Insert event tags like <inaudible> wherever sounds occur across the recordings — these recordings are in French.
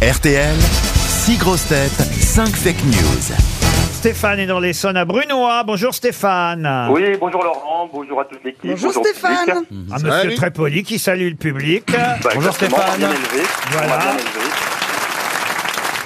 RTL, 6 grosses têtes, 5 fake news. Stéphane est dans l'Essonne à Brunois. Bonjour Stéphane. Oui, bonjour Laurent, bonjour à toute l'équipe. Bonjour au Stéphane. public. Un monsieur très poli qui salue le public. Bah, Bonjour exactement, Stéphane. Bien élevé. Voilà. On m'a bien élevé.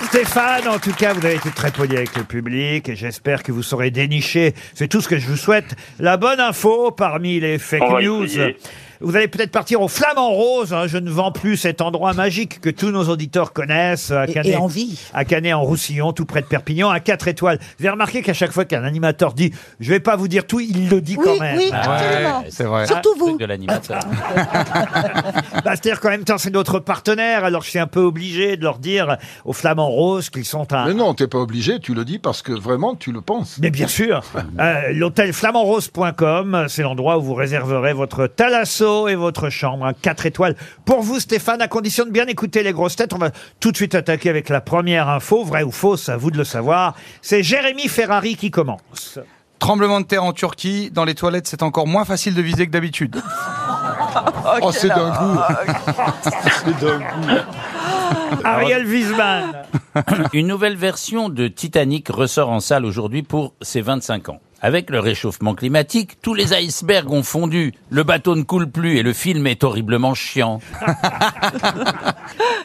Stéphane, en tout cas, vous avez été très poli avec le public et j'espère que vous saurez dénicher, c'est tout ce que je vous souhaite, la bonne info parmi les fake On va news. essayer. Vous allez peut-être partir au Flamand Rose. hein, je ne vends plus cet endroit magique que tous nos auditeurs connaissent. À Et- Canet, et envie. À Canet-en-Roussillon, tout près de Perpignan, à 4 étoiles. Vous avez remarqué qu'à chaque fois qu'un animateur dit « Je vais pas vous dire tout », il le dit Oui, quand même. oui, absolument. c'est vrai. Ah, Surtout vous. Truc de l'animateur. Bah, C'est-à-dire qu'en même temps, c'est notre partenaire, alors je suis un peu obligé de leur dire aux Flamands Roses qu'ils sont un... Mais non, t'es pas obligé, tu le dis parce que vraiment tu le penses. Ah. Mais bien <laughs> sûr, euh, l'hôtel flamandrose.com, c'est l'endroit où vous réserverez votre thalasso et votre chambre, hein, 4 étoiles. Pour vous, Stéphane, à condition de bien écouter les grosses têtes, on va tout de suite attaquer avec la première info, vraie ou fausse, à vous de le savoir. C'est Jérémy Ferrari qui commence. Tremblement de terre en Turquie, dans les toilettes c'est encore moins facile de viser que d'habitude. oh, c'est d'un goût. c'est d'un goût. Ah, Ariel Wiesman, Une nouvelle version de Titanic ressort en salle aujourd'hui pour ses 25 ans. Avec le réchauffement climatique, tous les icebergs ont fondu, le bateau ne coule plus et le film est horriblement chiant.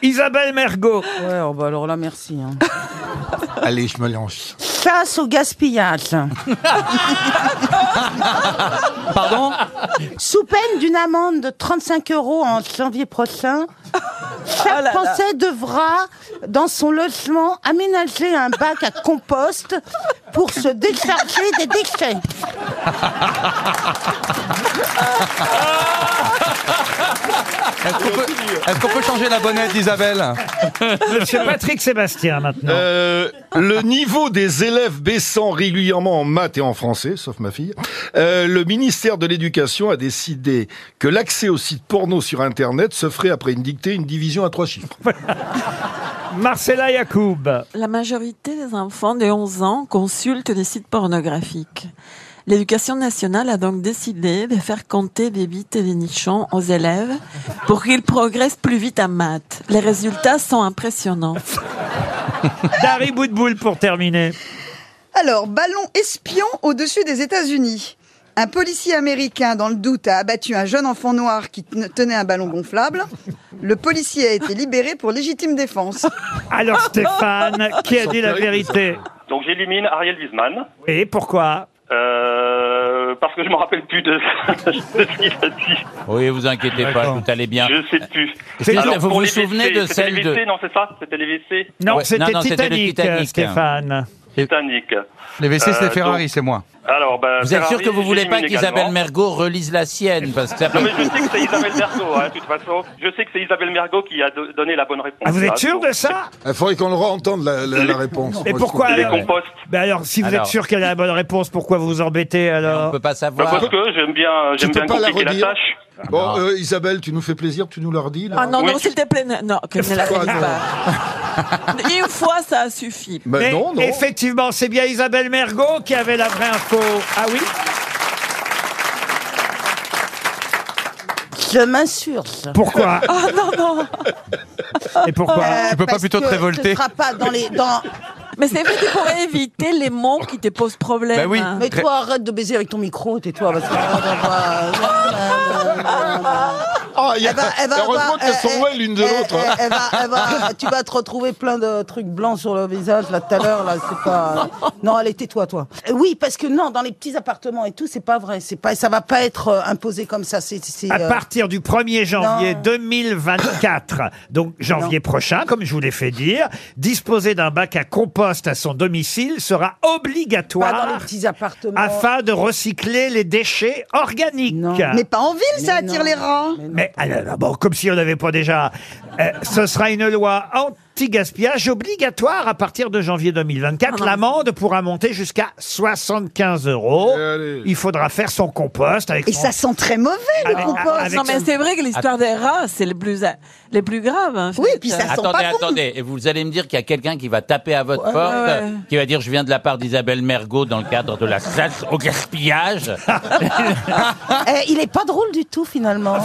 Isabelle <laughs> Mergot, Ouais, oh bah alors là, merci. hein. Allez, je me lance. Chasse au gaspillage. <laughs> Pardon Sous peine d'une amende de 35 euros en janvier prochain, chaque Français devra, dans son logement, aménager un bac à compost pour se décharger des déchets. Est-ce qu'on peut, est-ce qu'on peut changer la bonnette d'Isabelle Monsieur Patrick Sébastien maintenant. Euh, le niveau des élèves baissant régulièrement en maths et en français, sauf ma fille, euh, le ministère de l'Éducation a décidé que l'accès aux sites porno sur Internet se ferait après une dictée, une division à trois chiffres. Marcella Yacoub, La majorité des enfants de 11 ans consultent des sites pornographiques. L'éducation nationale a donc décidé de faire compter des bites et des nichons aux élèves pour qu'ils progressent plus vite en maths. Les résultats sont impressionnants. Dari Boudboul pour terminer. Alors, ballon espion au-dessus des États-Unis. Un policier américain, dans le doute, a abattu un jeune enfant noir qui ten- tenait un ballon gonflable. Le policier a été libéré pour légitime défense. Alors Stéphane, qui a dit la vérité Donc j'élimine Ariel Wiesman, Et pourquoi euh, parce que je me rappelle plus de, <laughs> de ce qu'il a dit. Oui, vous inquiétez pas, D'accord. tout allait bien. Je sais plus. C'est- vous pour vous les souvenez de c'était celle les de- WC, non, c'est ça C'était les WC Non, Ouais. c'était Non, non, c'était le Titanic, Titanic, euh, hein. Stéphane. Titanic. Les WC Euh, c'est Ferrari, donc- c'est moi. Alors, bah, Vous êtes sûr Ferrari, que vous voulez pas j'élimine qu'Isabelle également. Mergot relise la sienne parce que ça Non, peut... mais je sais que c'est Isabelle Mergot, hein, de toute façon. Je sais que c'est Isabelle Mergot qui a do- donné la bonne réponse. hein. Ah, vous là, êtes sûr donc, de ça Il faudrait qu'on le re-entende, la, la- la réponse. Et pourquoi Les alors composts. Ben alors, si vous Alors. êtes sûr qu'elle a la bonne réponse, pourquoi vous vous embêtez On alors peut pas Bah, savoir. parce que j'aime bien, j'aime peux bien pas la compliquer la, redire tâche. Bon, euh, Isabelle, tu nous fais plaisir, tu nous la redis là Ah non, Oui. non, s'il te plaît, ne- non, que ne la Quoi, fais non pas. Une fois, ça a suffi. Ben Mais non, non. Effectivement, c'est bien Isabelle Mergot qui avait la vraie info. Ah oui Je m'insurge. Pourquoi Oh non, non. Et pourquoi Euh, Tu peux pas plutôt te révolter Tu seras pas dans les. <laughs> Dans... Mais c'est vrai qu'il pourrait éviter les mots qui te posent problème. Ben Bah oui. Mais Très- toi, arrête de baiser avec ton micro, tais-toi. Parce que... Ah, il y a- Eh ben, eh ben, heureusement bah, qu'elles eh, sont loin l'une de eh, l'autre. hein. eh, eh ben, eh <laughs> ben, tu vas te retrouver plein de trucs blancs sur le visage là tout à l'heure là, c'est pas. Non, allez tais-toi toi. Euh, Oui, parce que non, dans les petits appartements et tout, c'est pas vrai, c'est pas, ça va pas être euh, imposé comme ça. C'est, c'est, À euh, partir du 1er janvier Non. 2024, donc janvier prochain, comme je vous l'ai fait dire, disposer d'un bac à compost à son domicile sera pas dans les obligatoire petits appartements. afin de recycler les déchets organiques. Non. Mais pas en ville, ça Ah. Mais attire non. les rats. Mais non. Mais alors, bon, comme si on n'avait pas déjà. Euh, ce sera une loi anti-gaspillage obligatoire à partir de janvier 2024. L'amende pourra monter jusqu'à 75 euros. Et allez. Il faudra faire son compost avec Et son- ça sent très mauvais, le Avec- compost. avec- non, mais c'est vrai que l'histoire des rats, c'est le plus, les plus hein, grave. en fait. Oui, puis ça sent Attendez, pas bon. attendez, et vous allez me dire qu'il y a quelqu'un qui va taper à votre porte, ouais. qui va dire je viens de la part d'Isabelle Mergot dans le cadre de la classe au gaspillage. Eh, il est pas drôle du tout finalement.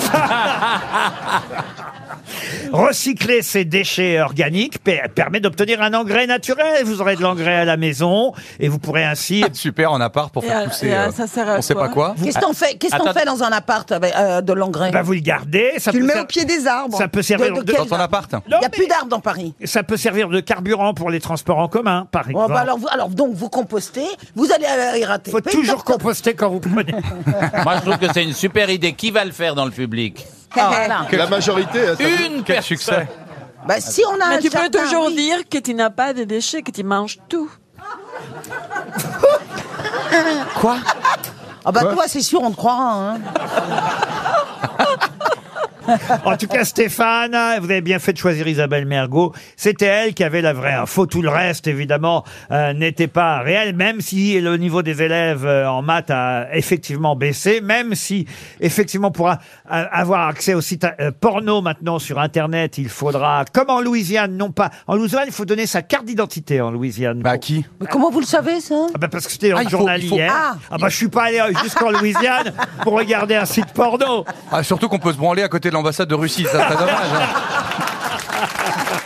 recycler ses déchets organiques. organique per- permet d'obtenir un engrais naturel. Vous aurez de l'engrais à la maison et vous pourrez ainsi Super en appart pour faire Et, euh, pousser. et, euh, euh, ça sert à on sait quoi pas quoi. Qu'est-ce qu'on fait, qu'est-ce qu'on Attends. fait dans un appart avec euh, de l'engrais bah, vous le garder. Ça Tu peut le mets ser- au pied des arbres. Ça peut servir De- de, de quel- Dans ton appart. Il Non, n'y a mais plus d'arbres dans Paris. ça peut servir de carburant pour les transports en commun, par Bon, exemple. bah alors, vous- alors, donc, vous compostez, vous allez euh, à la RATP. faut toujours composter quand vous prenez. Moi, je trouve que c'est une super idée. Qui va le faire dans le public Voilà. La majorité. hein, ça- Une Quel personne. succès. <laughs> Bah, si on a Mais un tu peux jardin, toujours oui. dire que tu n'as pas de déchets, que tu manges tout. Quoi Ah bah toi, c'est sûr, on te croira. hein. En tout cas, Stéphane, vous avez bien fait de choisir Isabelle Mergot. C'était elle qui avait la vraie info. Tout le reste, évidemment, euh, n'était pas réel, même si le niveau des élèves euh, en maths a effectivement baissé, même si, effectivement, pour a- a- avoir accès au site euh, porno maintenant sur Internet, il faudra, comme en Louisiane, non pas... En Louisiane, il faut donner sa carte d'identité en Louisiane. Bah, qui Mais comment vous le savez, ça Ah bah parce que c'était dans Ah, le il faut- journal il faut- hier. Ah. Ah, bah je suis pas allé jusqu'en Louisiane pour regarder un site porno. Ah, Surtout qu'on peut se branler à côté de l'ambassade de Russie, ça serait dommage. hein.